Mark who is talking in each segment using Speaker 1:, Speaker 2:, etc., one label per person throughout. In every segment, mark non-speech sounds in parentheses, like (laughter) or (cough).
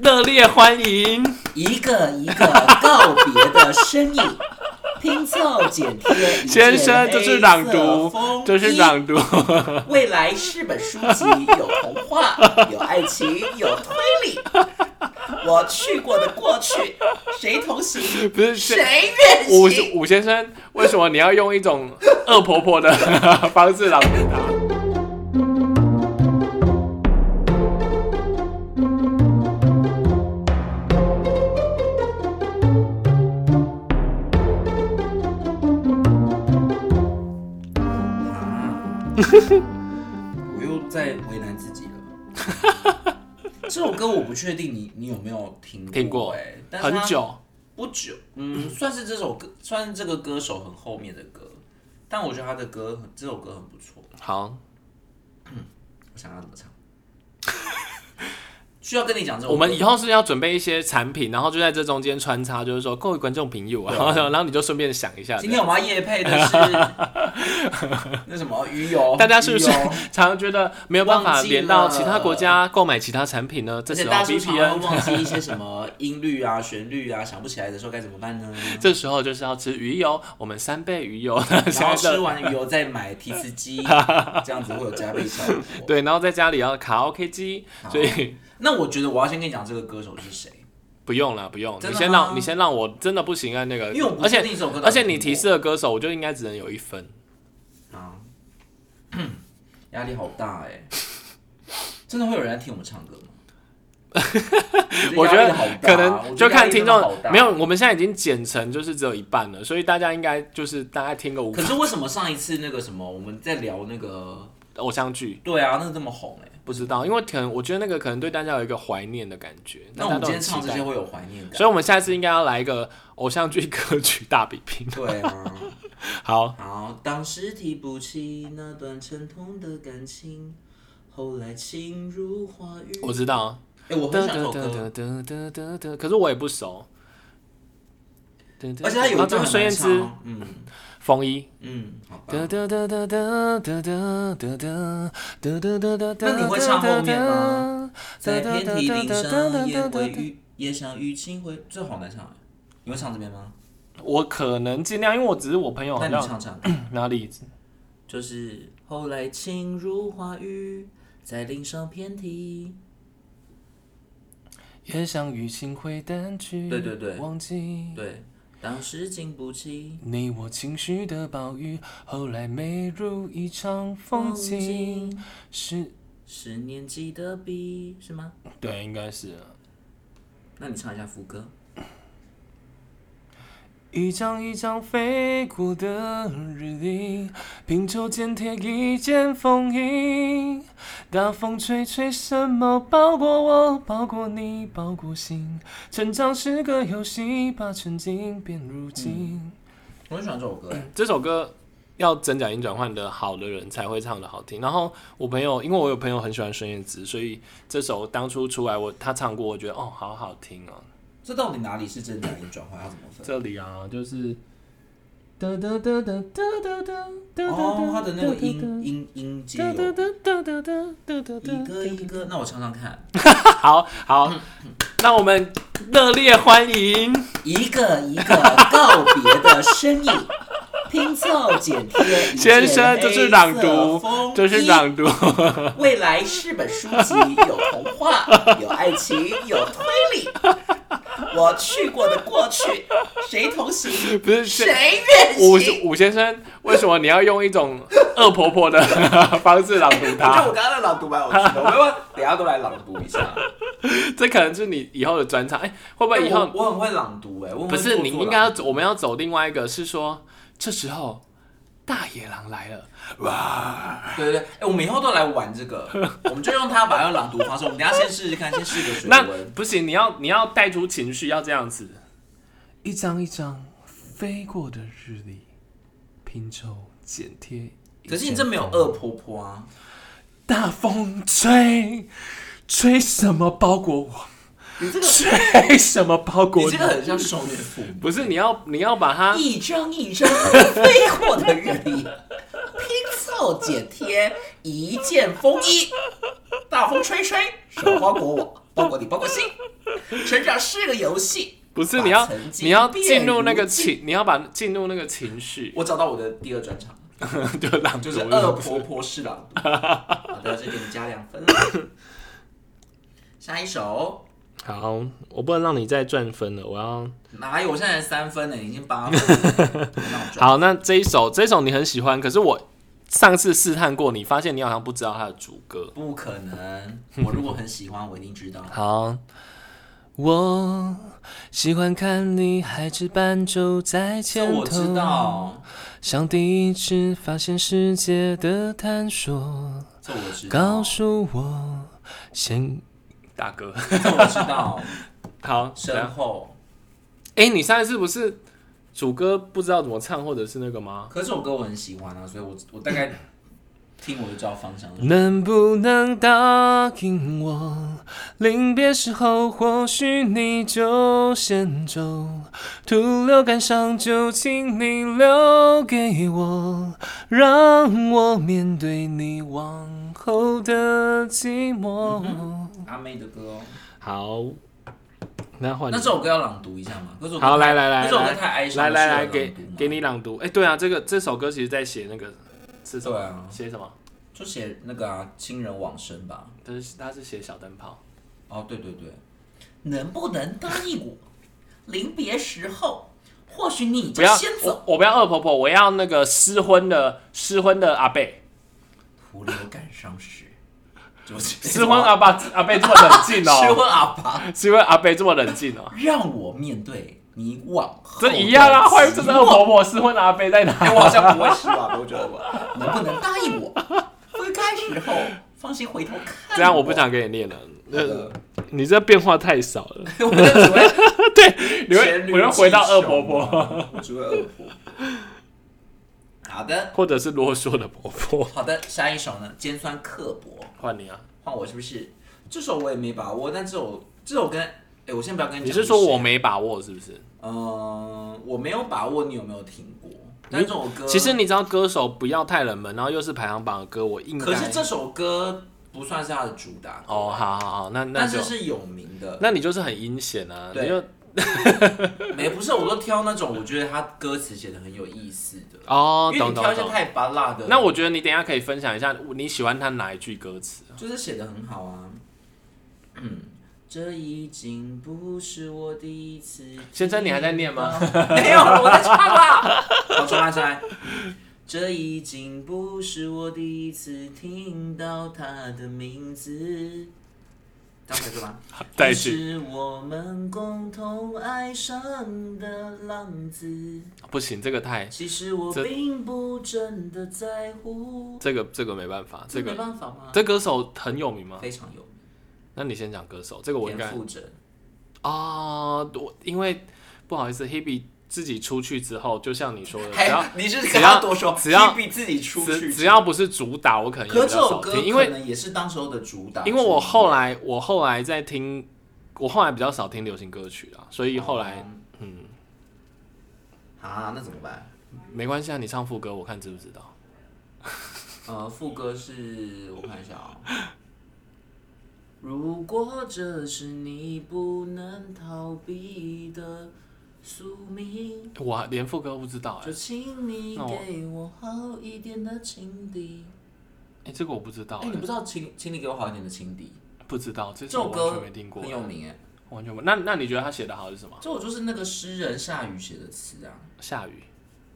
Speaker 1: 热烈欢迎。
Speaker 2: 一个一个告别的身影， (laughs) 拼凑剪贴一件
Speaker 1: 先生，这是
Speaker 2: 黑
Speaker 1: 朗
Speaker 2: 色
Speaker 1: 读
Speaker 2: 风，
Speaker 1: 这是
Speaker 2: 衣
Speaker 1: 朗读。 (laughs)
Speaker 2: 未来是本书籍，有童话， (laughs) 有爱情，有推理。我去过的过去，谁同行？
Speaker 1: 不是
Speaker 2: 谁远
Speaker 1: 武
Speaker 2: 行？
Speaker 1: 武先生，为什么你要用一种恶婆婆的方式朗读
Speaker 2: (laughs)
Speaker 1: 它？
Speaker 2: 我又在为难自己了。
Speaker 1: (laughs)
Speaker 2: 这首歌我不确定你你有没有听过、
Speaker 1: 听过
Speaker 2: 哎，但是它
Speaker 1: 很久，
Speaker 2: 不久，嗯，算是这首歌，算是这个歌手很后面的歌，但我觉得他的歌很，这首歌很不错。
Speaker 1: 好，
Speaker 2: 我想要怎么唱？ (laughs) 需要跟你讲这首歌
Speaker 1: 我们以后是要准备一些产品，然后就在这中间穿插，就是说各位观众朋友啊，
Speaker 2: 对
Speaker 1: 然后
Speaker 2: 啊
Speaker 1: (laughs) 然后你就顺便想一下，
Speaker 2: 今天我们要夜配的是 (laughs) 那什么鱼油，
Speaker 1: (laughs) 大家是不是啊
Speaker 2: 鱼油
Speaker 1: 常常觉得没有办法
Speaker 2: 忘记了
Speaker 1: 连到其他国家购买其他产品呢？这
Speaker 2: 而且
Speaker 1: 时候
Speaker 2: 大家是不是常常
Speaker 1: VPN，
Speaker 2: 会忘记一些什么 (laughs) 音律啊、旋律啊，想不起来的时候该怎么办呢？
Speaker 1: 这时候就是要吃鱼油，我们三倍鱼油， (laughs) 现
Speaker 2: 然后
Speaker 1: 在
Speaker 2: 吃
Speaker 1: 的
Speaker 2: 完鱼油再买提词
Speaker 1: (laughs)
Speaker 2: 机，这样子会有加倍效果。
Speaker 1: 对，然后在家里要卡拉 OK 机，所以
Speaker 2: 那我觉得我要先跟你讲这个歌手是谁，
Speaker 1: 不用了，不用，
Speaker 2: 真的
Speaker 1: 你
Speaker 2: 吗
Speaker 1: 先让你先让我真的不行啊，那个，
Speaker 2: 因为我不
Speaker 1: 而
Speaker 2: 确
Speaker 1: 且
Speaker 2: 定这首歌到底
Speaker 1: 而且
Speaker 2: 有没有
Speaker 1: 你提示的歌手，我就应该只能有一分。
Speaker 2: 啊， (coughs) 压力好大哎、真的会有人来听我们唱歌吗？
Speaker 1: (laughs) 我觉
Speaker 2: 压力
Speaker 1: 得
Speaker 2: 好大
Speaker 1: 可
Speaker 2: 啊
Speaker 1: 能
Speaker 2: 我
Speaker 1: 就
Speaker 2: 觉得压
Speaker 1: 看
Speaker 2: 力
Speaker 1: 听
Speaker 2: 真的好
Speaker 1: 众
Speaker 2: 大
Speaker 1: 没有，我们现在已经剪成就是只有一半了，所以大家应该就是大概听个五
Speaker 2: 可是为什么上一次那个什么，我们在聊那个，
Speaker 1: 偶像剧，
Speaker 2: 对啊，那个这么红哎、
Speaker 1: 不知道，因为可能我觉得那个可能对大家有一个怀念的感觉，
Speaker 2: 那
Speaker 1: 大
Speaker 2: 我
Speaker 1: 家
Speaker 2: 们
Speaker 1: 都
Speaker 2: 今天
Speaker 1: 很期
Speaker 2: 唱这
Speaker 1: 待
Speaker 2: 些。会有怀念感。
Speaker 1: 所以，我们下次应该要来一个偶像剧歌曲大比拼。
Speaker 2: 对啊，
Speaker 1: (laughs) 好，
Speaker 2: 好，当时提不起那段沉痛的感情，后来情如花雨。
Speaker 1: (laughs) 我知道。
Speaker 2: 哎、我很
Speaker 1: 得
Speaker 2: 想这首歌，
Speaker 1: 得得得得得，可是我也不熟。
Speaker 2: 而且它有
Speaker 1: 啊
Speaker 2: 一
Speaker 1: 这
Speaker 2: 段
Speaker 1: 是孙
Speaker 2: 很
Speaker 1: 燕
Speaker 2: 难唱
Speaker 1: 姿
Speaker 2: 哦，嗯
Speaker 1: 风衣。
Speaker 2: 嗯，好吧。
Speaker 1: 哒哒哒哒哒哒哒哒哒哒哒哒哒哒。
Speaker 2: 那你会唱后面吗？在遍体鳞伤，也会遇，也想遇清辉。这好难唱哎，你会唱这边吗？
Speaker 1: 我可能尽量，因为我只是我朋友，
Speaker 2: 那
Speaker 1: 好
Speaker 2: 你
Speaker 1: 像
Speaker 2: 唱 (clears throat) 唱。
Speaker 1: 哪里
Speaker 2: 就是后来情如花雨，再淋上遍体。
Speaker 1: 也想与情挥淡去，
Speaker 2: 对对对
Speaker 1: 忘记
Speaker 2: 对，当时经不起
Speaker 1: 你我情绪的暴雨，后来美如一场风景。是，
Speaker 2: 十年记得笔，是吗？
Speaker 1: 对，应该是啊
Speaker 2: 那你唱一下副歌。
Speaker 1: 一张一张飞过的日历，拼凑剪贴一件风衣。大风吹吹什么？包裹我，包裹你，包裹心。成长是个游戏，把曾经变如今。
Speaker 2: 我很喜欢这首歌哎，
Speaker 1: 嗯这首歌要真假音转换的好的人才会唱的好听。然后我朋友，因为我有朋友很喜欢孙燕姿，所以这首当初出来我他唱过，我觉得哦，好好听哦。
Speaker 2: 这到底哪里是真假音转换？要怎么分？
Speaker 1: 这里啊，就是。哒哒哒哒哒哒哒哒
Speaker 2: 哦，它的那个音音音阶有一个一个，那我唱唱看，
Speaker 1: 好好，那我们热烈欢迎。
Speaker 2: 一个一个告别的身影， (laughs) 拼凑剪贴一件
Speaker 1: 先生这是朗读
Speaker 2: 黑色风衣
Speaker 1: 这是朗读，
Speaker 2: 未来是本书籍，有童话，有爱情，有推理。 (laughs) 我去过的过去，谁
Speaker 1: (laughs)
Speaker 2: 同行？
Speaker 1: 不是是
Speaker 2: 谁远
Speaker 1: 武
Speaker 2: 行？
Speaker 1: 武先生，为什么你要用一种恶婆婆的方式朗读
Speaker 2: 我觉得
Speaker 1: 它
Speaker 2: 我？刚刚的朗读蛮有趣的，我们要不要等一下都来朗读一下。
Speaker 1: 这可能是你以后的专 (laughs) 场。哎、会不会以后
Speaker 2: 我我很会朗读哎、我很
Speaker 1: 不
Speaker 2: 会
Speaker 1: 是
Speaker 2: 做作
Speaker 1: 你
Speaker 2: 朗读
Speaker 1: 应该要走我们要走另外一个，是说这时候大野狼来了，
Speaker 2: 对对对，哎、我们以后都来玩
Speaker 1: (laughs)
Speaker 2: 这个，我们就用它把它朗读方式。我们等一下先试试看，先试个水
Speaker 1: 那
Speaker 2: 温。
Speaker 1: 不行，你要你要带出情绪，要这样子，一张一张飞过的日历，拼凑剪贴。
Speaker 2: 可是你这没有恶婆婆啊，
Speaker 1: 大风吹，吹什么包裹我？
Speaker 2: 你这个
Speaker 1: 吹什么包裹
Speaker 2: 你
Speaker 1: 你？
Speaker 2: 这个很像少年妇女。
Speaker 1: 不是你要你要把它
Speaker 2: 一张一张飞过的日 (laughs) 历，拼凑剪贴一件风衣。大风吹吹，手包裹我，包裹你，包裹心。成长是个游戏。
Speaker 1: 不是
Speaker 2: 把
Speaker 1: 你要
Speaker 2: 曾经
Speaker 1: 你要
Speaker 2: 变
Speaker 1: 进入那个
Speaker 2: 如今
Speaker 1: 情，你要把进入那个情绪， (laughs)
Speaker 2: 我找到我的第二专场，
Speaker 1: 就朗读
Speaker 2: 就是
Speaker 1: 不
Speaker 2: 恶婆婆式 (laughs) 朗读。好的，这给你加两分了。下一首，
Speaker 1: 好，我不能让你再赚分了，我要
Speaker 2: 哪哎有？我现在才三分呢，已经八分了。 (laughs) 那我转
Speaker 1: 好。那这一首这一首你很喜欢，可是我上次试探过你，发现你好像不知道它的主歌。
Speaker 2: 不可能，我如果很喜欢，我一定
Speaker 1: (laughs)
Speaker 2: 知道。
Speaker 1: 好，我喜欢看你孩子般走在
Speaker 2: 这
Speaker 1: 前
Speaker 2: 我知
Speaker 1: 头，
Speaker 2: 道，
Speaker 1: 像第一次发现世界的探索，
Speaker 2: 这我知道
Speaker 1: 告，诉我先大哥。 (laughs)
Speaker 2: 这我知道。
Speaker 1: 好，这
Speaker 2: 身
Speaker 1: 样。
Speaker 2: 后，
Speaker 1: 哎、你上一次不是主歌不知道怎么唱，或者是那个吗？
Speaker 2: 可是这首歌我很喜欢啊，所以我我大概听我就知道方向。
Speaker 1: 能不能答应我，临别时候或许你就先走，徒留感伤就请你留给我，让我面对你往后的寂寞。
Speaker 2: 阿妹的歌哦，
Speaker 1: 好，那换你
Speaker 2: 那这首歌要朗读一下吗？可是我
Speaker 1: 好，来来
Speaker 2: 那
Speaker 1: 来
Speaker 2: 首歌
Speaker 1: 来
Speaker 2: 太哀伤
Speaker 1: 来
Speaker 2: 了，
Speaker 1: 来来，
Speaker 2: 适合朗
Speaker 1: 给
Speaker 2: 读吗
Speaker 1: 给你朗读。哎、对啊，这个这首歌其实在写那个是什
Speaker 2: 对
Speaker 1: 么？
Speaker 2: 啊，
Speaker 1: 写什么？
Speaker 2: 就写那个啊，亲人往生吧。
Speaker 1: 他是他是写小灯泡。
Speaker 2: 哦，对对对，能不能答应我，临别时候，或许你
Speaker 1: 不
Speaker 2: 就
Speaker 1: 要
Speaker 2: 先走，
Speaker 1: 我，我不要恶婆婆，我要那个失婚的失婚的阿贝，
Speaker 2: 徒留感伤时。就是
Speaker 1: 失婚阿爸阿贝这么冷静
Speaker 2: 失
Speaker 1: 哦，
Speaker 2: 婚阿爸，
Speaker 1: 失婚阿贝这么冷静哦，
Speaker 2: 让我面对你往后
Speaker 1: 这一样啊，
Speaker 2: 的
Speaker 1: 坏
Speaker 2: 寂
Speaker 1: 这是
Speaker 2: 寞
Speaker 1: 恶婆婆失婚的阿贝在哪？
Speaker 2: 哎、我好像不会失望，我觉得我能不能答应我，分开时候放心回头看。
Speaker 1: (laughs) 这样我不，想给你念了，
Speaker 2: 那
Speaker 1: 那
Speaker 2: 个，
Speaker 1: 你这变化太少了，
Speaker 2: 我们只会
Speaker 1: 对， (laughs) 你会
Speaker 2: 黔驴
Speaker 1: 你会回到
Speaker 2: 技
Speaker 1: 恶
Speaker 2: 穷
Speaker 1: 婆婆，
Speaker 2: 啊，我只会恶婆婆。好的，
Speaker 1: 或者是啰嗦的婆婆，
Speaker 2: 好的，下一首呢，尖酸刻薄，
Speaker 1: 换你啊，
Speaker 2: (laughs) 换我是不是？这首我也没把握，但这首这首跟哎、我先不要跟
Speaker 1: 你
Speaker 2: 讲
Speaker 1: 是说我
Speaker 2: 谁？
Speaker 1: 没把握是不是？
Speaker 2: 嗯、我没有把握，你有没有听过？但这首歌
Speaker 1: 其实你知道歌手不要太冷门，然后又是排行榜的歌，我应该
Speaker 2: 可是这首歌不算是他的主打歌
Speaker 1: 哦，好好好，那那
Speaker 2: 但
Speaker 1: 就是
Speaker 2: 是有名的。
Speaker 1: 那你就是很阴险啊，
Speaker 2: 对
Speaker 1: 你就
Speaker 2: 没不是，我都挑那种我觉得他歌词写的很有意思的，
Speaker 1: 哦，
Speaker 2: 因为
Speaker 1: 懂
Speaker 2: 你
Speaker 1: 懂
Speaker 2: 挑一些
Speaker 1: 懂。
Speaker 2: 太巴辣的，
Speaker 1: 那我觉得你等一下可以分享一下你喜欢他哪一句歌词啊
Speaker 2: 就是写的很好啊。嗯，这已经不是我第一次。
Speaker 1: 先生你还在念吗？
Speaker 2: 没有了，我在唱 (laughs) 啦。好，重来，重来。这已经不是我第一次听到他的名字。这样可以吗？
Speaker 1: 再一
Speaker 2: 你
Speaker 1: 句
Speaker 2: 是我们共同爱上的浪子。
Speaker 1: 不行，这个太
Speaker 2: 其实我
Speaker 1: 这
Speaker 2: 并不真的在乎，
Speaker 1: 这个这个没办法，这
Speaker 2: 没
Speaker 1: 个
Speaker 2: 办法吗？
Speaker 1: 这歌手很有名吗？
Speaker 2: 非常有名，
Speaker 1: 那你先讲歌手，这个我应该
Speaker 2: 田馥甄，
Speaker 1: 哦，我因为不好意思，Hebe 自己出去之后，就像你说
Speaker 2: (laughs)
Speaker 1: 的，只要
Speaker 2: 哎还你是
Speaker 1: 只
Speaker 2: 跟
Speaker 1: 要
Speaker 2: 他多说，
Speaker 1: 只要
Speaker 2: 你比自己出去，
Speaker 1: 只只要不是主打，我可能也
Speaker 2: 可
Speaker 1: 比
Speaker 2: 是这
Speaker 1: 较
Speaker 2: 首
Speaker 1: 少
Speaker 2: 歌
Speaker 1: 听，因为
Speaker 2: 可能啊也是当时候的主打之一，
Speaker 1: 因为我后来我后来在听，我后来比较少听流行歌曲啦，所以后来
Speaker 2: 嗯啊，那怎么办？
Speaker 1: 没关系啊，你唱副歌，我看知不知道。
Speaker 2: 呃，副歌是我看一下啊、 (laughs) 如果这是你不能逃避的宿命，
Speaker 1: 我连副歌都不知道哎、
Speaker 2: 就请你
Speaker 1: 那我
Speaker 2: 给我好一点的情敌。
Speaker 1: 哎、这个我不知道、
Speaker 2: 哎、
Speaker 1: 哎，
Speaker 2: 你不知道请请你给我好一点的情敌，
Speaker 1: 不知道，这
Speaker 2: 这首
Speaker 1: 首
Speaker 2: 歌
Speaker 1: 完全没听过
Speaker 2: 很，有名哎、
Speaker 1: 完全没。那那你觉得他写的好是什么？
Speaker 2: 这我就是那个诗人夏雨写的词啊。
Speaker 1: 下雨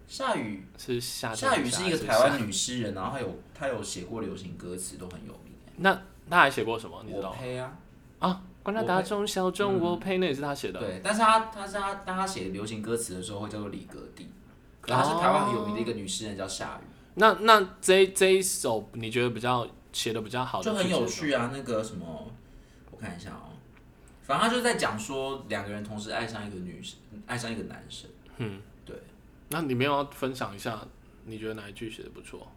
Speaker 2: 夏雨，
Speaker 1: 是夏天
Speaker 2: 夏
Speaker 1: 的
Speaker 2: 雨是一个
Speaker 1: 夏
Speaker 2: 台。
Speaker 1: 下
Speaker 2: 湾女诗人，然后她有她有写过流行歌词，都很有名哎、
Speaker 1: 那他还写过什么？你知
Speaker 2: 我
Speaker 1: 道吗？
Speaker 2: 呸啊，
Speaker 1: 啊，关大达中小众我配，那也是他写的。
Speaker 2: 对，但是她她是她当她写流行歌词的时候会叫做李格弟，可她是台湾很有名的一个女诗人叫夏雨，
Speaker 1: 那那这这一首你觉得比较写的比较好的，
Speaker 2: 就很有。趣啊。那个什么，我看一下哦、反正她就在讲说两个人同时爱上一个女生，爱上一个男生。
Speaker 1: 那你们要分享一下，你觉得哪一句写的不错？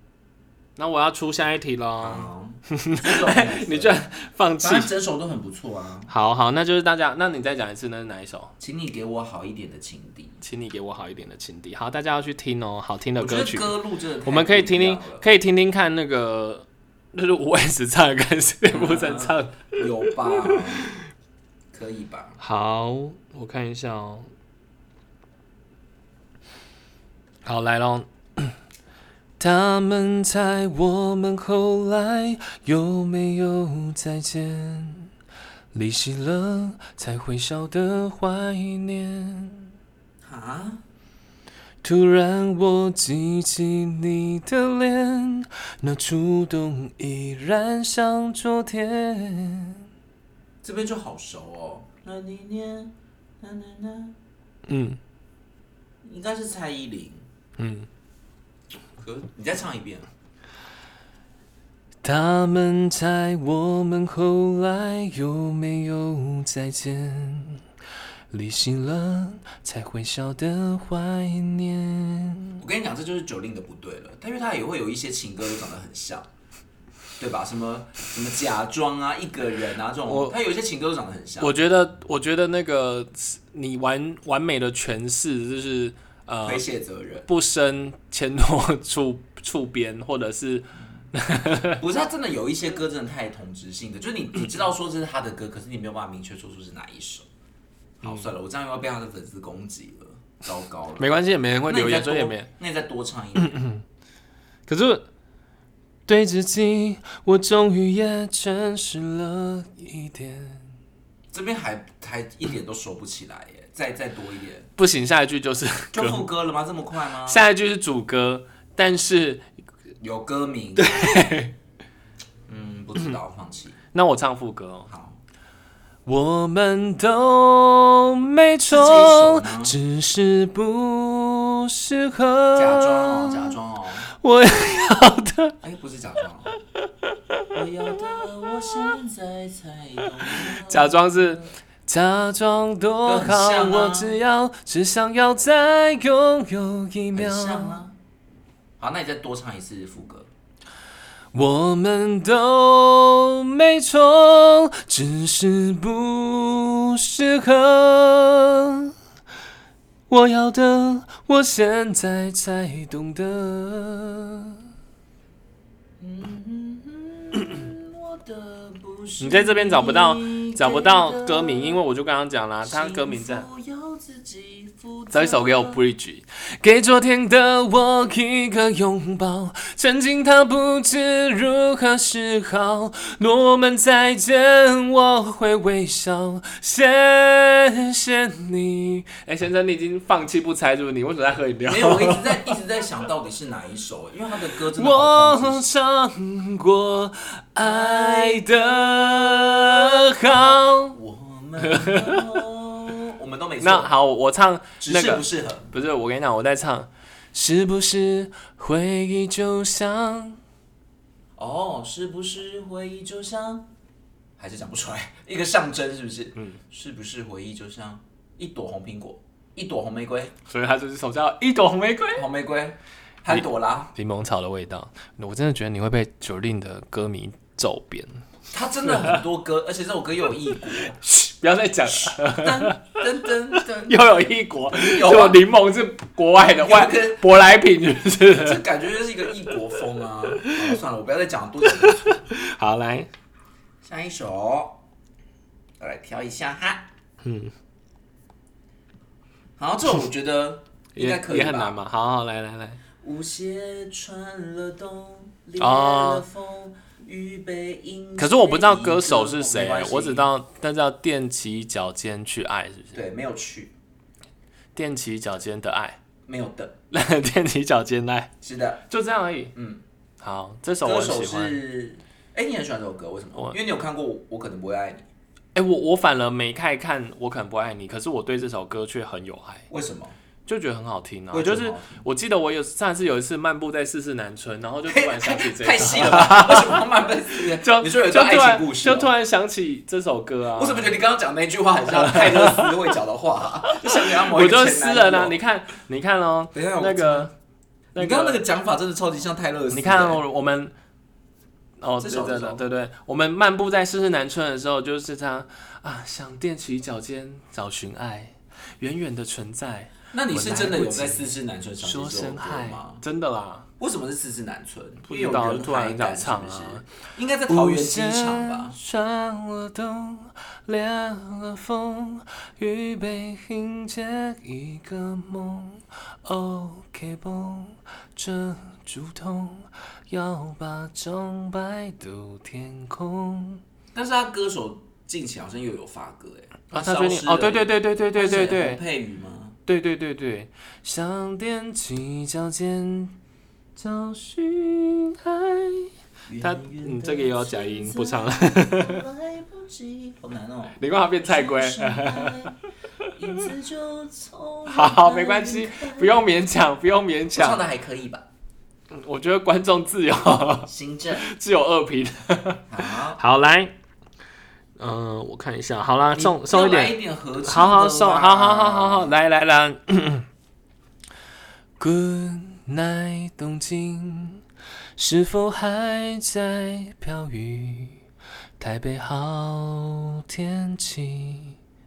Speaker 1: 那我要出下一题喽，
Speaker 2: 好，啊这种很有 (laughs)
Speaker 1: 你
Speaker 2: 趣
Speaker 1: 居然放弃
Speaker 2: 反。正整首都很不错啊。
Speaker 1: 好好，那就是大家，那你再讲一次，那是哪一首？
Speaker 2: 请你给我好一点的情敌。
Speaker 1: 请你给我好一点的情敌。好，大家要去听哦，好听的
Speaker 2: 我觉
Speaker 1: 歌
Speaker 2: 得
Speaker 1: 曲。
Speaker 2: 歌路真的太
Speaker 1: 我们可以
Speaker 2: 不一
Speaker 1: 听听
Speaker 2: 样，了
Speaker 1: 可以听听看那个， (laughs) 就是五位子唱的跟谢不正唱的。
Speaker 2: 有吧？可以吧？
Speaker 1: 好，我看一下哦。好，来喽。 (coughs) 他们猜我们后来有没有再见？离席了才会笑的怀念。
Speaker 2: 啊？
Speaker 1: 突然我记起你的脸，那触动依然像昨天。
Speaker 2: 这边就好熟哦。那你念，那那那，
Speaker 1: 嗯
Speaker 2: 应该是蔡依林。
Speaker 1: 嗯。
Speaker 2: 可你再唱一遍。
Speaker 1: 他们猜我们后来有没有再见？离席了才会笑的怀念。
Speaker 2: 我跟你讲，这就是九令的不对了，但因为他也会有一些情歌都长得很像，对吧？什么什么假装啊，一个人啊这
Speaker 1: 我
Speaker 2: 种，他有一些情歌都长得很像。
Speaker 1: 我觉得，我觉得那个你完完美的诠释就是呃
Speaker 2: 推，卸责任，
Speaker 1: 不生牵拖触触边，或者是
Speaker 2: 不
Speaker 1: 啊
Speaker 2: 是他真的有一些歌真的太同质性的，就是你你知道说这是他的歌，可是你没有办法明确说出是哪一首。好，
Speaker 1: 嗯
Speaker 2: 算了，我这样又要被他的粉丝攻击了，糟糕了。
Speaker 1: 没关系，也没人会
Speaker 2: 那
Speaker 1: 留
Speaker 2: 你再
Speaker 1: 言，所
Speaker 2: 多
Speaker 1: 以也没。，
Speaker 2: 那你再多唱
Speaker 1: (laughs)
Speaker 2: 一遍。
Speaker 1: 可是对自己，我终于也诚实了一点。
Speaker 2: 这边还还一点都熟不起来耶，再再多一点，
Speaker 1: 不行，下一句就是啊
Speaker 2: 就副歌了吗？这么快吗？
Speaker 1: 下一句是主歌，但是
Speaker 2: 有歌名。对。 (laughs) 嗯，不知道，放弃。
Speaker 1: 那我唱副歌哦。
Speaker 2: 好，
Speaker 1: 我们都没
Speaker 2: 是
Speaker 1: 错
Speaker 2: 这一首吗，
Speaker 1: 只是不适合。
Speaker 2: 假装哦，假装哦。
Speaker 1: 我 (laughs) 要的。
Speaker 2: 哎，不是假装哦。我要的，我现在才懂得。
Speaker 1: 假装是假装多好，
Speaker 2: 都很像啊
Speaker 1: 我只要只想要再拥有一
Speaker 2: 很
Speaker 1: 秒。
Speaker 2: 像啊。好，那你再多唱一次副歌。
Speaker 1: 我们都没错，只是不适合。我要的，我现在才懂得。
Speaker 2: 嗯，我的不是
Speaker 1: 你在这边找不到
Speaker 2: 你
Speaker 1: 找不到
Speaker 2: 给的
Speaker 1: 歌名，因为我就刚刚讲啦，他歌名在
Speaker 2: 幸。福要自己负责
Speaker 1: 找一首给我 bridge，给昨天的我一个拥抱，曾经他不知如何是好。若我们再见，我会微笑，谢谢你。哎，先生，你已经放弃不猜，是不是？你为什么在喝饮料
Speaker 2: 没？有，我一直在一直在想到底是哪一首，因为他的歌真的好
Speaker 1: 我
Speaker 2: 听。
Speaker 1: 唱过爱的好。
Speaker 2: 我们都我们都没错，
Speaker 1: 那好，我唱
Speaker 2: 只
Speaker 1: 那
Speaker 2: 是
Speaker 1: 个
Speaker 2: 不适合。
Speaker 1: 不是，我跟你讲，我在唱，是不是回忆就像
Speaker 2: 哦，是不是回忆就像，还是讲不出来， (laughs) 一个象征是不是？嗯，是不是回忆就像一朵红苹果，一朵红玫瑰，
Speaker 1: 所以它就是首叫一朵红玫瑰。
Speaker 2: 红玫瑰，潘朵拉，
Speaker 1: 柠檬草的味道，我真的觉得你会被九令的歌迷揍扁。
Speaker 2: 它真的很多歌，而且这首歌又有异国，
Speaker 1: 不要再讲了，
Speaker 2: 噔噔噔噔，
Speaker 1: 又有异国，
Speaker 2: 有啊
Speaker 1: 就柠檬是国外的
Speaker 2: 有
Speaker 1: 外
Speaker 2: 跟
Speaker 1: 舶来品，是不是？
Speaker 2: 这感觉就是一个异国风啊。 (laughs) 好算了，我不要再讲了多讲了。
Speaker 1: 好，来，
Speaker 2: 下一首，我来挑一下哈。
Speaker 1: 嗯，
Speaker 2: 好，这种我觉得应该
Speaker 1: 也
Speaker 2: 可以
Speaker 1: 也
Speaker 2: 吧
Speaker 1: 很难嘛。好好，来来来，
Speaker 2: 舞鞋穿了冬，裂
Speaker 1: 哦
Speaker 2: 了风，预备迎接
Speaker 1: (laughs) 可是我不知道歌手是
Speaker 2: 一
Speaker 1: 谁啊
Speaker 2: 个没关，系
Speaker 1: 我只知道那叫踮起脚尖去爱，是不是？
Speaker 2: 对，没有去，
Speaker 1: 踮起脚尖的爱， (laughs)
Speaker 2: 没有的，
Speaker 1: 踮起脚尖爱，
Speaker 2: 是的，
Speaker 1: 就这样而已。
Speaker 2: 嗯，
Speaker 1: 好，这首我
Speaker 2: 歌
Speaker 1: 很
Speaker 2: 手
Speaker 1: 喜欢。
Speaker 2: 是，哎、你很喜欢这首歌，为什么
Speaker 1: 我？
Speaker 2: 因为你有看过我，我可能不会爱你，
Speaker 1: 哎、我我反而没太看，我可能不爱你，可是我对这首歌却很有爱，
Speaker 2: 为什么？
Speaker 1: 就觉得很好听啊。
Speaker 2: 我也觉
Speaker 1: 就
Speaker 2: 得很
Speaker 1: 是
Speaker 2: 好
Speaker 1: 我记得我有上次有一次漫步在四四南村，然后
Speaker 2: (laughs)
Speaker 1: 就突然想起这
Speaker 2: 太
Speaker 1: 一
Speaker 2: 细
Speaker 1: 首，
Speaker 2: 了吧？ (laughs) 为什么要慢慢思？
Speaker 1: 就
Speaker 2: 你说有一
Speaker 1: 就
Speaker 2: 段
Speaker 1: 突
Speaker 2: 爱情
Speaker 1: 然
Speaker 2: 故事、哦
Speaker 1: 就突然想起这首歌啊
Speaker 2: 我。怎么觉得你刚刚讲那句话很像泰勒斯会讲的话、就想给他某
Speaker 1: (laughs) 我
Speaker 2: 一
Speaker 1: 就
Speaker 2: 个
Speaker 1: 是
Speaker 2: 前
Speaker 1: 诗
Speaker 2: 男
Speaker 1: 人啊！
Speaker 2: 友
Speaker 1: 你看，你看哦，
Speaker 2: 等一下，我
Speaker 1: 那个，那
Speaker 2: 你刚刚那
Speaker 1: 个，
Speaker 2: 个讲法真的超级像泰勒斯的。
Speaker 1: 你看哦，我们，哦，
Speaker 2: 这
Speaker 1: 对
Speaker 2: 首
Speaker 1: 对
Speaker 2: 这
Speaker 1: 对
Speaker 2: 首
Speaker 1: 对对，我们漫步在四四南村的时候，就是他啊，想踮起脚尖找寻爱，远远的存在，
Speaker 2: 那你是真
Speaker 1: 我
Speaker 2: 的
Speaker 1: 来不
Speaker 2: 有
Speaker 1: 及
Speaker 2: 在四肢南村上
Speaker 1: 说
Speaker 2: 这首
Speaker 1: 声
Speaker 2: 歌
Speaker 1: 嗨
Speaker 2: 吗，？
Speaker 1: 真的啦。
Speaker 2: 为什么是四肢南村？
Speaker 1: 不
Speaker 2: 因
Speaker 1: 知
Speaker 2: 为有
Speaker 1: 道
Speaker 2: 人
Speaker 1: 突然
Speaker 2: 海
Speaker 1: 很
Speaker 2: 感
Speaker 1: 想唱
Speaker 2: 是不是
Speaker 1: 啊
Speaker 2: 应该在桃园机场
Speaker 1: 无
Speaker 2: 吧
Speaker 1: 限？穿我都练了风，预备迎接一个梦。OK 绷着竹筒，要把整白都填空。
Speaker 2: 但是他歌手近期好像又有发歌哎、
Speaker 1: 啊，他
Speaker 2: 消
Speaker 1: 最近
Speaker 2: 失
Speaker 1: 哦，
Speaker 2: 了
Speaker 1: 对对对对对对对
Speaker 2: 是洪
Speaker 1: 对
Speaker 2: 佩瑜吗？
Speaker 1: 对对对对，想踮起脚尖找寻爱。他嗯，这个也要假音不 (laughs) 唱，
Speaker 2: 来不及，好难哦。
Speaker 1: 你干嘛变菜龟？
Speaker 2: 影子就从
Speaker 1: (laughs) 好，没关系，不用勉强，不用勉
Speaker 2: 我唱
Speaker 1: 强
Speaker 2: 的。还可以吧？
Speaker 1: 我觉得观众自由 (laughs)
Speaker 2: 行政
Speaker 1: 自有恶评。
Speaker 2: 好，
Speaker 1: 好，来，嗯、我看一下，好啦，送送一
Speaker 2: 要来
Speaker 1: 点，
Speaker 2: 一点合情
Speaker 1: 好好
Speaker 2: 的
Speaker 1: 送，
Speaker 2: 啦
Speaker 1: 好好好好好，。来来 (coughs) 来，Good night，东京，是否还在飘雨？台北好天气，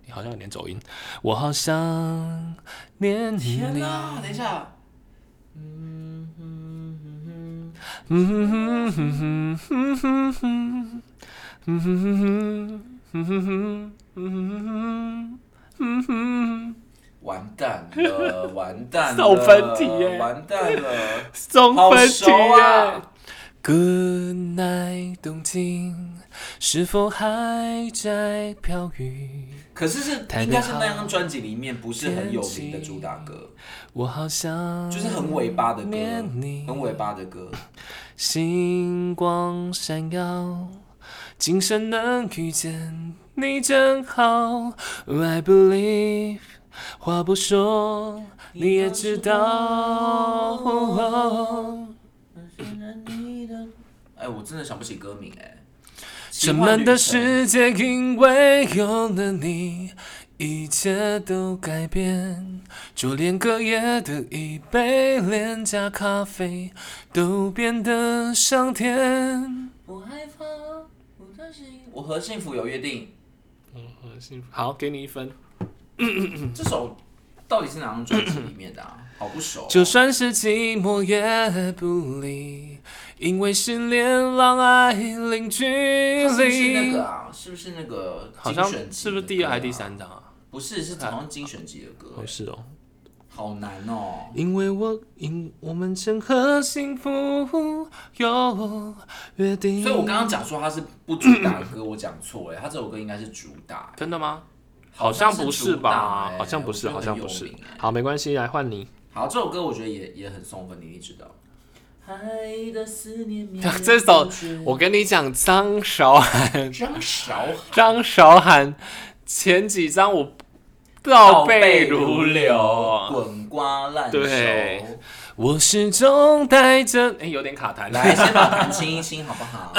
Speaker 1: 你好像有点走音，我好想念你。
Speaker 2: 天哪，等一下，嗯
Speaker 1: 嗯哼哼哼哼哼哼，嗯哼哼哼哼哼哼哼哼，
Speaker 2: 完蛋了，完蛋了，
Speaker 1: 送分题耶
Speaker 2: 完蛋了，
Speaker 1: 送
Speaker 2: 好
Speaker 1: 分题
Speaker 2: 熟啊！
Speaker 1: Good night，东京，是否还在飘雨？
Speaker 2: 可是是
Speaker 1: 台北
Speaker 2: 应该是那张专辑里面不是很有名的主打歌，
Speaker 1: 我好想
Speaker 2: 就是很尾巴的歌
Speaker 1: 念你，，
Speaker 2: 很尾巴的歌。
Speaker 1: 星光闪耀，今生能遇见你真好。I believe，话不说，你也知道。
Speaker 2: 哎，我真的想不起歌名哎。
Speaker 1: 沉闷的
Speaker 2: 奇幻
Speaker 1: 世
Speaker 2: 旅程，
Speaker 1: 界，因为有了你，一切都改变。就连隔夜的一杯廉价咖啡，都变得香甜。
Speaker 2: 不害怕，不担心。我和幸福有约定，
Speaker 1: 好，给你一分。
Speaker 2: 这首到底是哪张专辑里面的啊？好不熟哦。
Speaker 1: 就算是寂寞也不离，因为失恋让爱零距
Speaker 2: 它是不是那
Speaker 1: 离。
Speaker 2: 个啊？是不是那个
Speaker 1: 好
Speaker 2: 精
Speaker 1: 像
Speaker 2: 选
Speaker 1: 是
Speaker 2: 集的歌啊？
Speaker 1: 不是第二还是第三张啊？
Speaker 2: 不是，是好像精选集的歌，哎
Speaker 1: 是哦。
Speaker 2: 好难哦。
Speaker 1: 因为我因我们曾和幸福有约定。
Speaker 2: 所以我刚刚讲说它是不主打的歌，我讲错了，哎它这首歌应该是主打，
Speaker 1: 真的吗？
Speaker 2: 好像
Speaker 1: 不
Speaker 2: 是
Speaker 1: 是
Speaker 2: 主打
Speaker 1: 吧？
Speaker 2: 哎
Speaker 1: 好像不是，
Speaker 2: 我觉
Speaker 1: 好
Speaker 2: 得很
Speaker 1: 像不欸
Speaker 2: 有
Speaker 1: 是
Speaker 2: 名哎。
Speaker 1: 好，没关系，来换 (laughs) 你。
Speaker 2: 好，这首歌我觉得也也很送分，你一定知道。海的思念绵延不
Speaker 1: (laughs)
Speaker 2: 绝
Speaker 1: 这首我跟你讲，张韶涵，
Speaker 2: 张韶涵
Speaker 1: 张韶涵前几张我倒背如流。
Speaker 2: 滚瓜烂熟。
Speaker 1: 对我始终带着，哎，有点卡 (laughs) 痰。
Speaker 2: 来，先把痰清一清，好
Speaker 1: (laughs)
Speaker 2: 不好？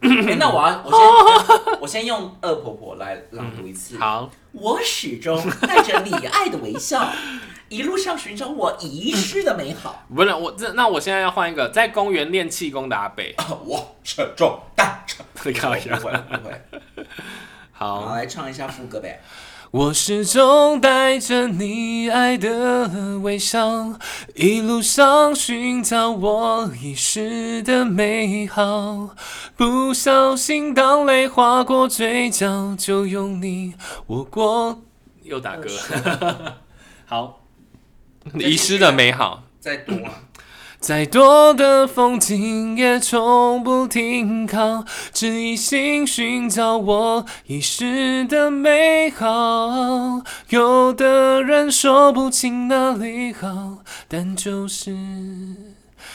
Speaker 2: 哎那我要，我先，我先用恶婆婆来朗读一次。
Speaker 1: 好，
Speaker 2: 我始终带着你爱的微笑， (laughs) 一路上寻找我遗失的美好。 (laughs)
Speaker 1: 不是我这，那我现在要换一个，在公园练气功的阿北。
Speaker 2: 我始终带着。
Speaker 1: 你开玩
Speaker 2: 不
Speaker 1: 笑。
Speaker 2: 会不会，好，
Speaker 1: 好，
Speaker 2: 来唱一下副歌呗。
Speaker 1: 我始终带着你爱的微笑，一路上寻找我遗失的美好。不小心当泪划过嘴角，就用你握过。又打嗝。好， (laughs) 遗失的美好。
Speaker 2: 再多啊，
Speaker 1: 再多的风景也从不停靠，只一心寻找我遗失的美好。有的人说不清哪里好，但就是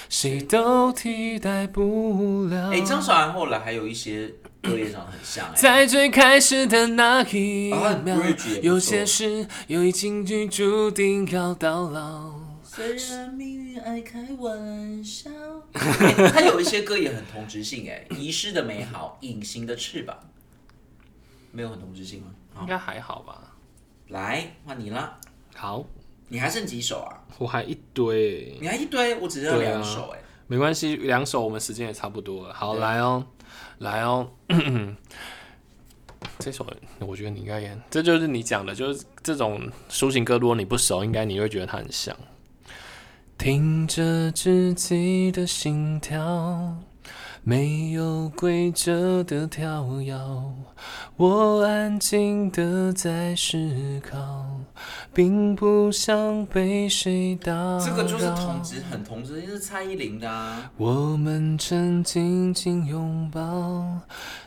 Speaker 1: 谁都替代不了。
Speaker 2: 哎，张韶涵后来还有一些歌也长得很像哎。
Speaker 1: 在最开始的那一
Speaker 2: 啊
Speaker 1: 秒
Speaker 2: ，bridge 也不错，
Speaker 1: 有些事又已经注定要到老。
Speaker 2: 虽然命运爱开玩笑，欸他有一些歌也很同质性哎，《遗失的美好》《隐形的翅膀》，没有很同质性吗？好
Speaker 1: 应，该还好吧？
Speaker 2: 来换你啦，
Speaker 1: 好，
Speaker 2: 你还剩几首啊？
Speaker 1: 我还一堆。
Speaker 2: 你还一堆，我只剩
Speaker 1: 对啊
Speaker 2: 两首哎。
Speaker 1: 没关系，两首我们时间也差不多了。好，来哦，来哦。 (clears throat) 这首我觉得你应该也，这就是你讲的，就是这种抒情歌，如果你不熟，应该你会觉得它很像。听着自己的心跳，没有规则的跳跃，我安静的在思考，并不想被谁打扰。
Speaker 2: 这个就是同质很同质，就是蔡依林的啊。
Speaker 1: 我们曾紧紧拥抱，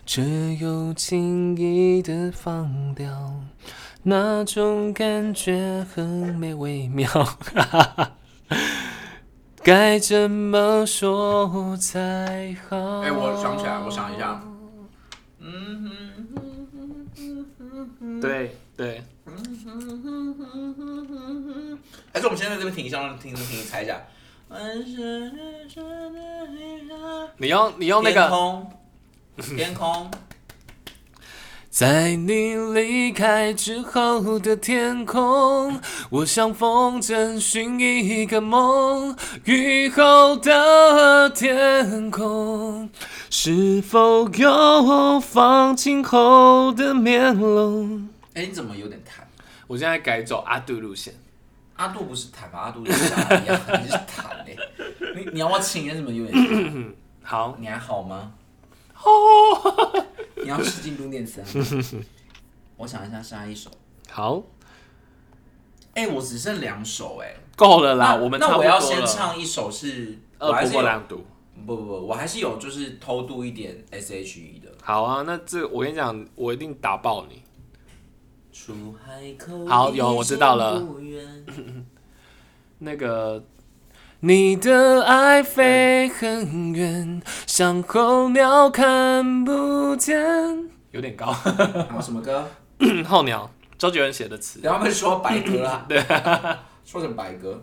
Speaker 1: 却又轻易的放掉，那种感觉很美微妙。 (laughs) 该怎么说才好？
Speaker 2: 哎、我想起来，我想一下。嗯
Speaker 1: 对对，
Speaker 2: 嗯还是我们先在这边停一下，让听众听你猜一下。天
Speaker 1: 你要你要哦那个， (laughs)
Speaker 2: 空，天空，
Speaker 1: 在你离开之后的天空，我像风筝寻一个梦。雨后的天空，是否有放晴后的面容？
Speaker 2: 哎、你怎么有点弹？
Speaker 1: 我现在改走阿杜路线，
Speaker 2: 阿杜不是弹吧？阿杜是像一样，你是弹嘞、欸你你要不要亲？你怎么有点弹？
Speaker 1: 好，
Speaker 2: 你还好吗？你要吃进度电池啊？我想一下下一首。
Speaker 1: 好，
Speaker 2: 哎、我只剩两首哎、
Speaker 1: 够了
Speaker 2: 那
Speaker 1: 啦，啊我们差
Speaker 2: 那
Speaker 1: 不
Speaker 2: 我
Speaker 1: 多
Speaker 2: 要先
Speaker 1: 了
Speaker 2: 唱一首是，我
Speaker 1: 呃，
Speaker 2: 还
Speaker 1: 不
Speaker 2: 是有
Speaker 1: 过朗读。
Speaker 2: 不不不，我还是有就是偷渡一点 S H E 的。
Speaker 1: 好啊，那这我跟你讲，我一定打爆你。
Speaker 2: 出海口
Speaker 1: 好有我知道了
Speaker 2: 一声不 (laughs) 远。
Speaker 1: 那个，你的爱飞很远，像候鸟看不见，有点高。
Speaker 2: 然后什么歌？
Speaker 1: 候鸟，周杰伦写的词。
Speaker 2: 等下被说白
Speaker 1: (laughs)
Speaker 2: 鸽啦。对，说成白鸽。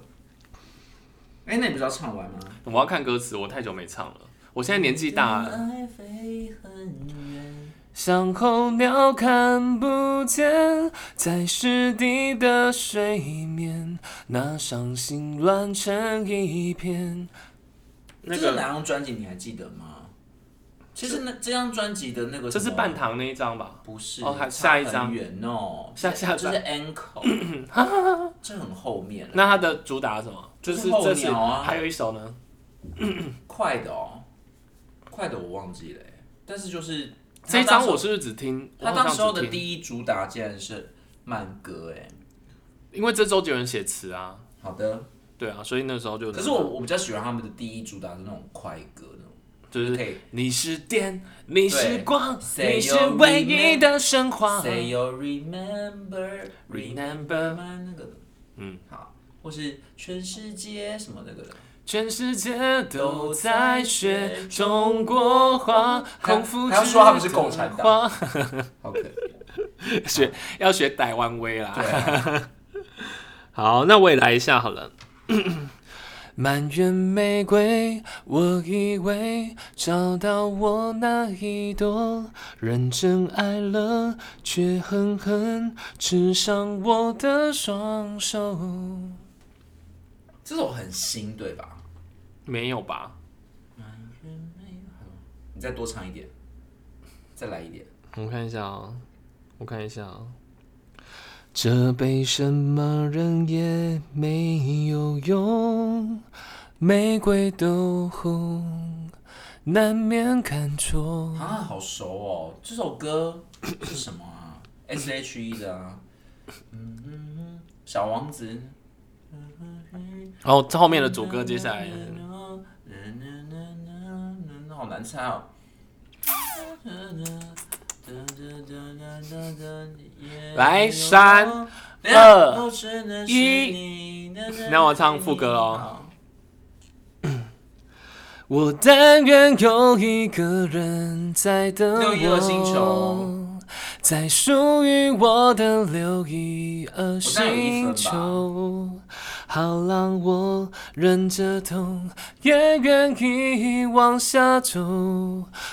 Speaker 2: 哎、那你不是要唱完吗？
Speaker 1: 我要看歌词，我太久没唱了。我现在年纪大了，
Speaker 2: 爱飞很远。
Speaker 1: 像候鸟看不见，在湿地的水面，那伤心乱成一片。那
Speaker 2: 这是
Speaker 1: 个，
Speaker 2: 哪张专辑？你还记得吗？其实那这张专辑的那个
Speaker 1: 这是
Speaker 2: 什么
Speaker 1: 半糖那一张吧？
Speaker 2: 不是
Speaker 1: 哦还
Speaker 2: 差
Speaker 1: 下一张
Speaker 2: 很远哦，
Speaker 1: 下下
Speaker 2: 这
Speaker 1: 张
Speaker 2: 是 ankle，这
Speaker 1: (laughs)
Speaker 2: 很后面了，
Speaker 1: 那它的主打是什么？就是
Speaker 2: 候
Speaker 1: 这是
Speaker 2: 鸟啊
Speaker 1: 还有一首呢，
Speaker 2: 快的哦，快的我忘记了耶，但是就是
Speaker 1: 这一
Speaker 2: 他当
Speaker 1: 张
Speaker 2: 时
Speaker 1: 我是不是只听？
Speaker 2: 他当时候的
Speaker 1: 一，
Speaker 2: 第一主打竟然是慢歌哎，
Speaker 1: 因为这周杰伦写词啊，
Speaker 2: 好的，
Speaker 1: 对啊，所以那时候就
Speaker 2: 可是我我比较喜欢他们的第一主打是那种快歌那种，
Speaker 1: 就是
Speaker 2: 可以
Speaker 1: 你是电，你是光，
Speaker 2: Say
Speaker 1: 你是
Speaker 2: your
Speaker 1: 唯一的神
Speaker 2: s
Speaker 1: 话。
Speaker 2: a y you remember remember
Speaker 1: 啊嗯 Remember，
Speaker 2: 那个的，
Speaker 1: 嗯，
Speaker 2: 好，或是全世界什么那个的。
Speaker 1: 全世界都在学中国话，
Speaker 2: 还
Speaker 1: 孔夫
Speaker 2: 还要
Speaker 1: 子
Speaker 2: 说他们是共产
Speaker 1: 的话，
Speaker 2: 好可怜。
Speaker 1: 学要学台湾威啦。
Speaker 2: 对啊，
Speaker 1: (laughs) 好，那我也来一下好了。满园玫瑰，我以为找到我那一朵，认真爱了，却狠狠刺伤我的双手。
Speaker 2: 这首很新，对吧？
Speaker 1: 没有吧？
Speaker 2: 你再多唱一点，再来一点。
Speaker 1: 我看一下啊，我看一下啊。这杯什么人也没有用，玫瑰都红，难免看错。
Speaker 2: 啊，好熟哦！这首歌 (coughs) 是什么啊？S H E 的啊，嗯，小王子。
Speaker 1: 然后后面的主歌接下来，
Speaker 2: 好难猜哦。
Speaker 1: 来三
Speaker 2: 等一下
Speaker 1: 二
Speaker 2: 都只能是
Speaker 1: 一
Speaker 2: 你
Speaker 1: 那我唱副歌哦咯。我但愿有一个人在等
Speaker 2: 六一二星
Speaker 1: 我
Speaker 2: 球，
Speaker 1: 在属于我的六一二
Speaker 2: 我大概有一
Speaker 1: 星
Speaker 2: 分吧
Speaker 1: 球，好让我忍着痛，也愿意往下走。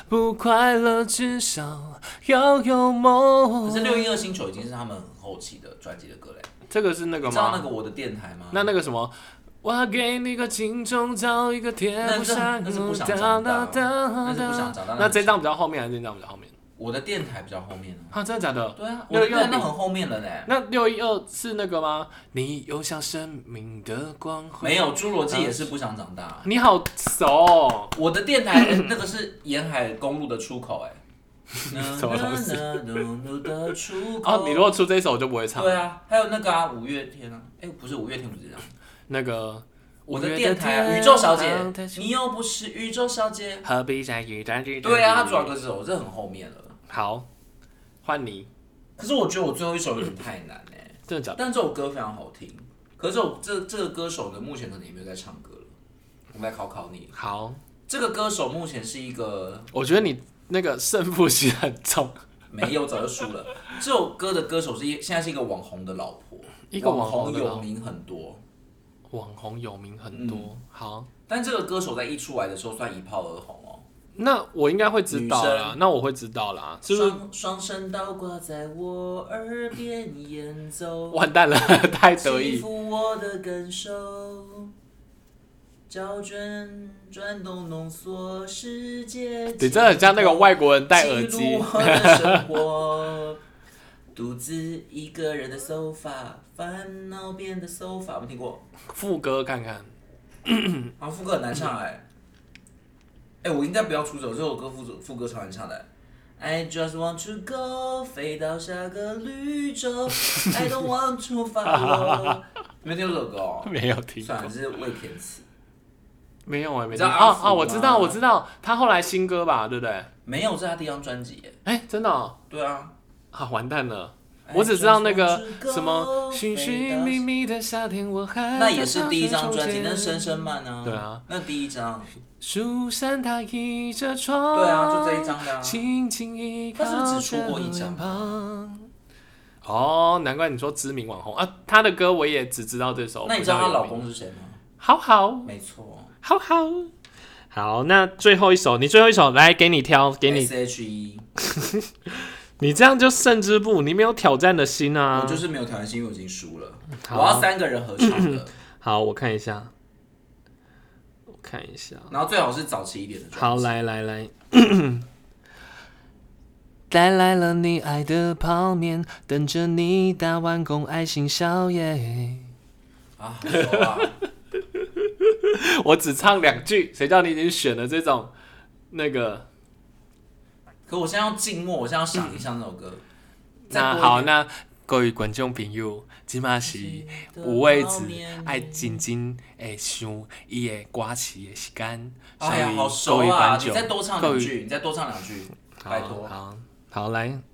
Speaker 1: 不快乐，至少要有梦。
Speaker 2: 可是六一二星球已经是他们很后期的专辑的歌嘞，
Speaker 1: 这个是那个
Speaker 2: 你知道那个我的电台吗？
Speaker 1: 那那个什么，我给你个金钟罩，一个铁布
Speaker 2: 那是
Speaker 1: 衫，
Speaker 2: 那是不想
Speaker 1: 哒
Speaker 2: 长
Speaker 1: 哒
Speaker 2: 大
Speaker 1: 哒
Speaker 2: 那是不想长
Speaker 1: 哒
Speaker 2: 大那
Speaker 1: 那
Speaker 2: 很
Speaker 1: 这张比较后面，还是这张比较后面？
Speaker 2: 我的电台比较后面啊。
Speaker 1: 啊，真的假的？
Speaker 2: 对啊，我
Speaker 1: 六
Speaker 2: 的
Speaker 1: 一
Speaker 2: 电
Speaker 1: 二
Speaker 2: 台都很后面了呢。
Speaker 1: 那六一二是那个吗？你有像生命的光辉？
Speaker 2: 没有，侏罗纪也是不想长大。
Speaker 1: 你好熟、哦，
Speaker 2: 我的电台那个是沿海公路的出口，哎，
Speaker 1: 什么东西
Speaker 2: 公路的出口。
Speaker 1: 哦，你如果出这一首我就不会唱。
Speaker 2: 对啊，还有那个啊，五月天啊，哎，不是五月天，不是这样。
Speaker 1: 那个
Speaker 2: 我的电台啊，宇宙小姐，你又不是宇宙小姐。
Speaker 1: 何必在意？
Speaker 2: 对啊，他主
Speaker 1: 转
Speaker 2: 要歌手，我这很后面了。
Speaker 1: 好，换你，
Speaker 2: 可是我觉得我最后一首有点太难哎、
Speaker 1: 真的假的？
Speaker 2: 但这首歌非常好听。可是这首这这个歌手呢，目前可能也没有在唱歌了。我们来考考你，
Speaker 1: 好，
Speaker 2: 这个歌手目前是一个
Speaker 1: 我觉得你那个胜负心很重，
Speaker 2: 没有早就输了。这首歌的歌手是一现在是一个网红的老婆，
Speaker 1: 一个网
Speaker 2: 网
Speaker 1: 红的老
Speaker 2: 有名很多。
Speaker 1: 网红有名很多。
Speaker 2: 嗯
Speaker 1: 好，
Speaker 2: 但这个歌手在一出来的时候算一炮而红哦，
Speaker 1: 那我应该会知道
Speaker 2: 女
Speaker 1: 啦，那我会知道啦，是不是？
Speaker 2: 双双声倒挂在我耳边演奏，
Speaker 1: (laughs) 完蛋了，
Speaker 2: (laughs)
Speaker 1: 太得
Speaker 2: 欺
Speaker 1: 意。
Speaker 2: 负我的感受，胶卷转动浓缩世界。
Speaker 1: 你真的很像那个外国人戴耳
Speaker 2: 记
Speaker 1: 机
Speaker 2: 录，我的生活，独自一个人的 sofa，烦恼变得 sofa，有没有听过？
Speaker 1: 副歌看看。 (laughs)
Speaker 2: 啊，副歌很难唱哎、哎、我应该不要出走，这首歌副副歌超难唱的、I just want to go，飞到下个绿洲。I don't want
Speaker 1: (laughs)
Speaker 2: to follow。你没听过这首歌哦？
Speaker 1: 没有听过
Speaker 2: 算，了，这是未填词。
Speaker 1: 没有哎，没听
Speaker 2: 你知道
Speaker 1: 过
Speaker 2: 阿
Speaker 1: 哦
Speaker 2: 福
Speaker 1: 哦，我
Speaker 2: 吗
Speaker 1: 知道，我知道，他后来新歌吧，对不对？
Speaker 2: 没有，这是他第一张专辑耶。
Speaker 1: 哎、真的、哦、
Speaker 2: 对啊，
Speaker 1: 啊，完蛋了！
Speaker 2: 哎
Speaker 1: 我只知道那个什么寻寻觅觅的夏天，我还
Speaker 2: 那也是第一张专
Speaker 1: 在
Speaker 2: 辑，那
Speaker 1: 它
Speaker 2: 是《深深慢》啊。
Speaker 1: 对啊，
Speaker 2: 那第一张，
Speaker 1: 树上它倚着窗，
Speaker 2: 对啊，就这一张的啊。
Speaker 1: 轻轻依靠
Speaker 2: 他是不是只出过一张
Speaker 1: 着脸庞哦，难怪你说知名网红啊，他的歌我也只知道这首。
Speaker 2: 那你
Speaker 1: 不
Speaker 2: 知道她
Speaker 1: 有
Speaker 2: 老
Speaker 1: 名？
Speaker 2: 公是谁吗？
Speaker 1: 好好
Speaker 2: 没错
Speaker 1: 好好好，那最后一首，你最后一首来给你挑，给你，
Speaker 2: ，S H E。
Speaker 1: 你这样就胜之不武，你没有挑战的心啊
Speaker 2: 我。就是没有挑战性，因为我已经输了。我
Speaker 1: 嗯好
Speaker 2: 要三个人合唱
Speaker 1: (clears throat)
Speaker 2: 的，
Speaker 1: 好，我看一下，我看一下。
Speaker 2: 然后最好是早期一点的专辑。
Speaker 1: 好，来来来。 (coughs) 带来了你爱的泡面，等着你打完工爱心宵夜。
Speaker 2: 啊，好熟啊，
Speaker 1: (laughs)
Speaker 2: (laughs)
Speaker 1: 我只唱两句，谁叫你已经选了这种那个？
Speaker 2: 可我现在要静默，我现在要想一下那首歌。再
Speaker 1: 那
Speaker 2: 多一
Speaker 1: 好，
Speaker 2: 点
Speaker 1: 那各位观众朋友，今嘛是有位置爱真真会想伊的歌词的时间。
Speaker 2: 哎呀，
Speaker 1: 所以各位
Speaker 2: 好熟啊！
Speaker 1: 观
Speaker 2: 你
Speaker 1: 众
Speaker 2: 再多唱
Speaker 1: 各
Speaker 2: 两
Speaker 1: 位
Speaker 2: 句，你再多唱两句，拜托。
Speaker 1: 好好来。 (laughs)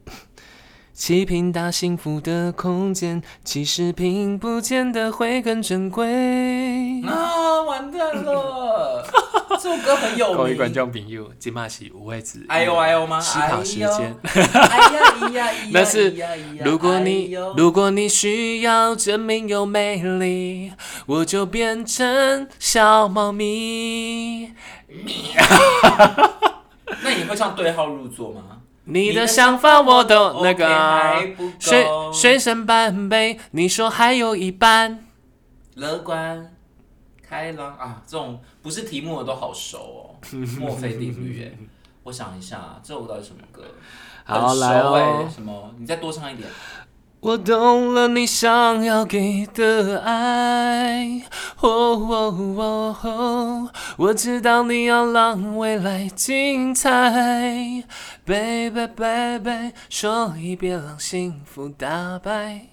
Speaker 1: 七平大幸福的空间，其实并不见得会更珍贵。
Speaker 2: 啊，完
Speaker 1: (laughs)
Speaker 2: 蛋了！这首歌很有名。
Speaker 1: 各位观众朋友， (laughs) 今嘛是五位子，
Speaker 2: 哎呦哎呦吗？
Speaker 1: 思考时间。
Speaker 2: 哎呦。哎呀咿呀
Speaker 1: (laughs)
Speaker 2: 咿呀！
Speaker 1: 但是
Speaker 2: 咿呀咿呀
Speaker 1: 如果
Speaker 2: 哎
Speaker 1: 你
Speaker 2: 呦
Speaker 1: 如果你需要证明有魅力，我就变成小猫咪。
Speaker 2: 那你会唱对号入座吗？
Speaker 1: 你的想法我都那个
Speaker 2: OK，
Speaker 1: 啊
Speaker 2: 还不够，
Speaker 1: 水水深半杯，你说还有一半。
Speaker 2: 乐观、开朗啊，这种不是题目的都好熟哦。墨菲定律耶，我想一下，这首到底什么歌？
Speaker 1: 好
Speaker 2: 很熟
Speaker 1: 来哦
Speaker 2: 耶什么？你再多唱一点。
Speaker 1: 我懂了你想要给的爱，哦哦哦哦，我知道你要让未来精彩，baby baby，所以别让幸福打败。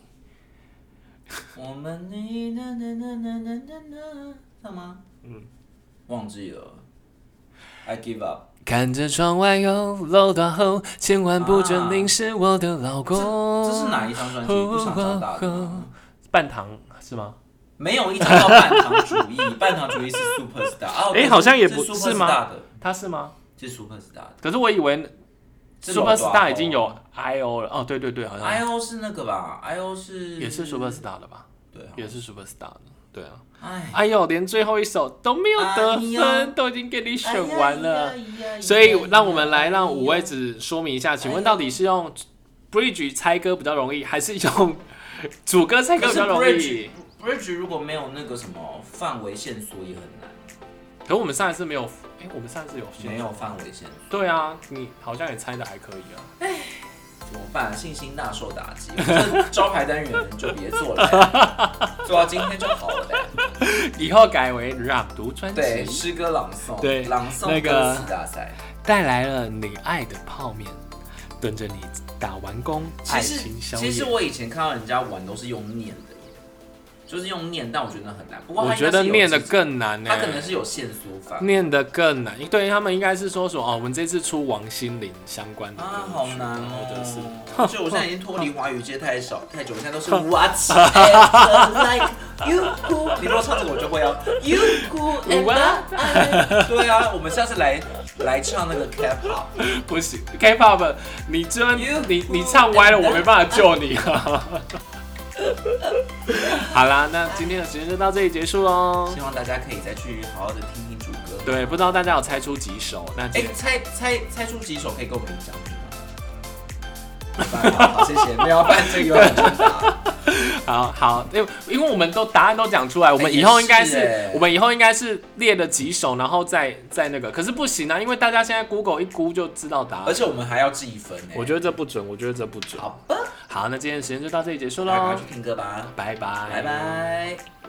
Speaker 2: 我们你那那那那那那那，唱吗？嗯，忘记了。I give up。
Speaker 1: 看着窗外有楼道后，千万不准凝视我的老公。
Speaker 2: 这是哪一张专辑？不想长大的吗？
Speaker 1: 半糖是吗？
Speaker 2: 没有一张叫半糖主义，半糖主义是 superstar。哦，
Speaker 1: 诶好像也不
Speaker 2: 是
Speaker 1: 是吗
Speaker 2: superstar 的，
Speaker 1: 他是吗？
Speaker 2: 是 superstar 的。
Speaker 1: 可是我以为
Speaker 2: 这种
Speaker 1: Superstar
Speaker 2: 大
Speaker 1: 已经
Speaker 2: 红
Speaker 1: 有 IO 了。哦，对对对，好像
Speaker 2: I O 是那个吧？I O 是
Speaker 1: 也是 Superstar 的吧？
Speaker 2: 对啊，
Speaker 1: 也是 Superstar 的，对啊。
Speaker 2: 哎，
Speaker 1: 哎呦，连最后一首都没有得
Speaker 2: 哎呦
Speaker 1: 分，都已经给你选完了
Speaker 2: 哎。呀，哎哎呀
Speaker 1: 所以让我们来让五位。子说明一下，请问到底是用 Bridge 猜歌比较容易，还是用主歌猜
Speaker 2: 哎呀
Speaker 1: 歌
Speaker 2: 可
Speaker 1: 比
Speaker 2: 是
Speaker 1: 较容
Speaker 2: Bridge
Speaker 1: 易？
Speaker 2: Bridge 如果没有那个什么范围线索也很难，
Speaker 1: 可我们上一次没有，哎、我们上一次有先
Speaker 2: 没有范围限，
Speaker 1: 对啊，你好像也猜的还可以啊。 (laughs)
Speaker 2: 怎么办？信心大受打击。这招牌单元你就别做了，
Speaker 1: (laughs)
Speaker 2: 做到今天就好了。
Speaker 1: 以后改为朗读专
Speaker 2: 对，
Speaker 1: 辑，
Speaker 2: 诗歌朗诵，
Speaker 1: 对
Speaker 2: 朗诵
Speaker 1: 那
Speaker 2: 歌
Speaker 1: 个
Speaker 2: 词大赛。
Speaker 1: 带来了你爱的泡面，等着你打完工，
Speaker 2: 其
Speaker 1: 爱
Speaker 2: 实
Speaker 1: 情宵夜。
Speaker 2: 其实我以前看到人家玩都是用念的，就是用念，但我觉得很难。不过
Speaker 1: 我
Speaker 2: 哦他应
Speaker 1: 觉
Speaker 2: 该是有
Speaker 1: 得念的
Speaker 2: 技巧
Speaker 1: 更难呢、欸
Speaker 2: 他可能是有限缩法
Speaker 1: 念的更难，对他们应该是说什么哦？我们这次出王心凌相关的歌
Speaker 2: 啊，
Speaker 1: 曲，
Speaker 2: 好难
Speaker 1: 或者是
Speaker 2: 哦。而且我现在已经脱离华语界太少太久，我现在都是
Speaker 1: (laughs)
Speaker 2: What's and like you cool，你如果唱这个我就会要 you cool and
Speaker 1: What？
Speaker 2: I- (laughs) 对啊，我们下次来来唱那个 K-pop，
Speaker 1: (laughs) 不行，K-pop，你这你你唱歪了，我没办法救你啊。 (laughs) 好啦，那今天的时间就到这里结束喽
Speaker 2: 希。望大家可以再去好好的听听主歌。
Speaker 1: 对，不知道大家有猜出几首？那
Speaker 2: 哎、
Speaker 1: 今天
Speaker 2: 猜猜猜出几首可以跟我们讲吗？没
Speaker 1: (laughs)
Speaker 2: 办法好，谢谢，没有办这个有点挣扎。
Speaker 1: 好好，因为因为我们都答案都讲出来，我们以后应该是
Speaker 2: 也是欸
Speaker 1: 我们以后应该是列了几首，然后再再那个。可是不行啊，因为大家现在 Google 一估就知道答
Speaker 2: 而
Speaker 1: 案。
Speaker 2: 且我们还要记分哎、
Speaker 1: 我觉得这不准，我觉得这不准。
Speaker 2: 好吧，
Speaker 1: 好，那今天的时间就到这里结束
Speaker 2: 大家
Speaker 1: 喽
Speaker 2: 快去，听歌吧，
Speaker 1: 拜拜，
Speaker 2: 拜。拜。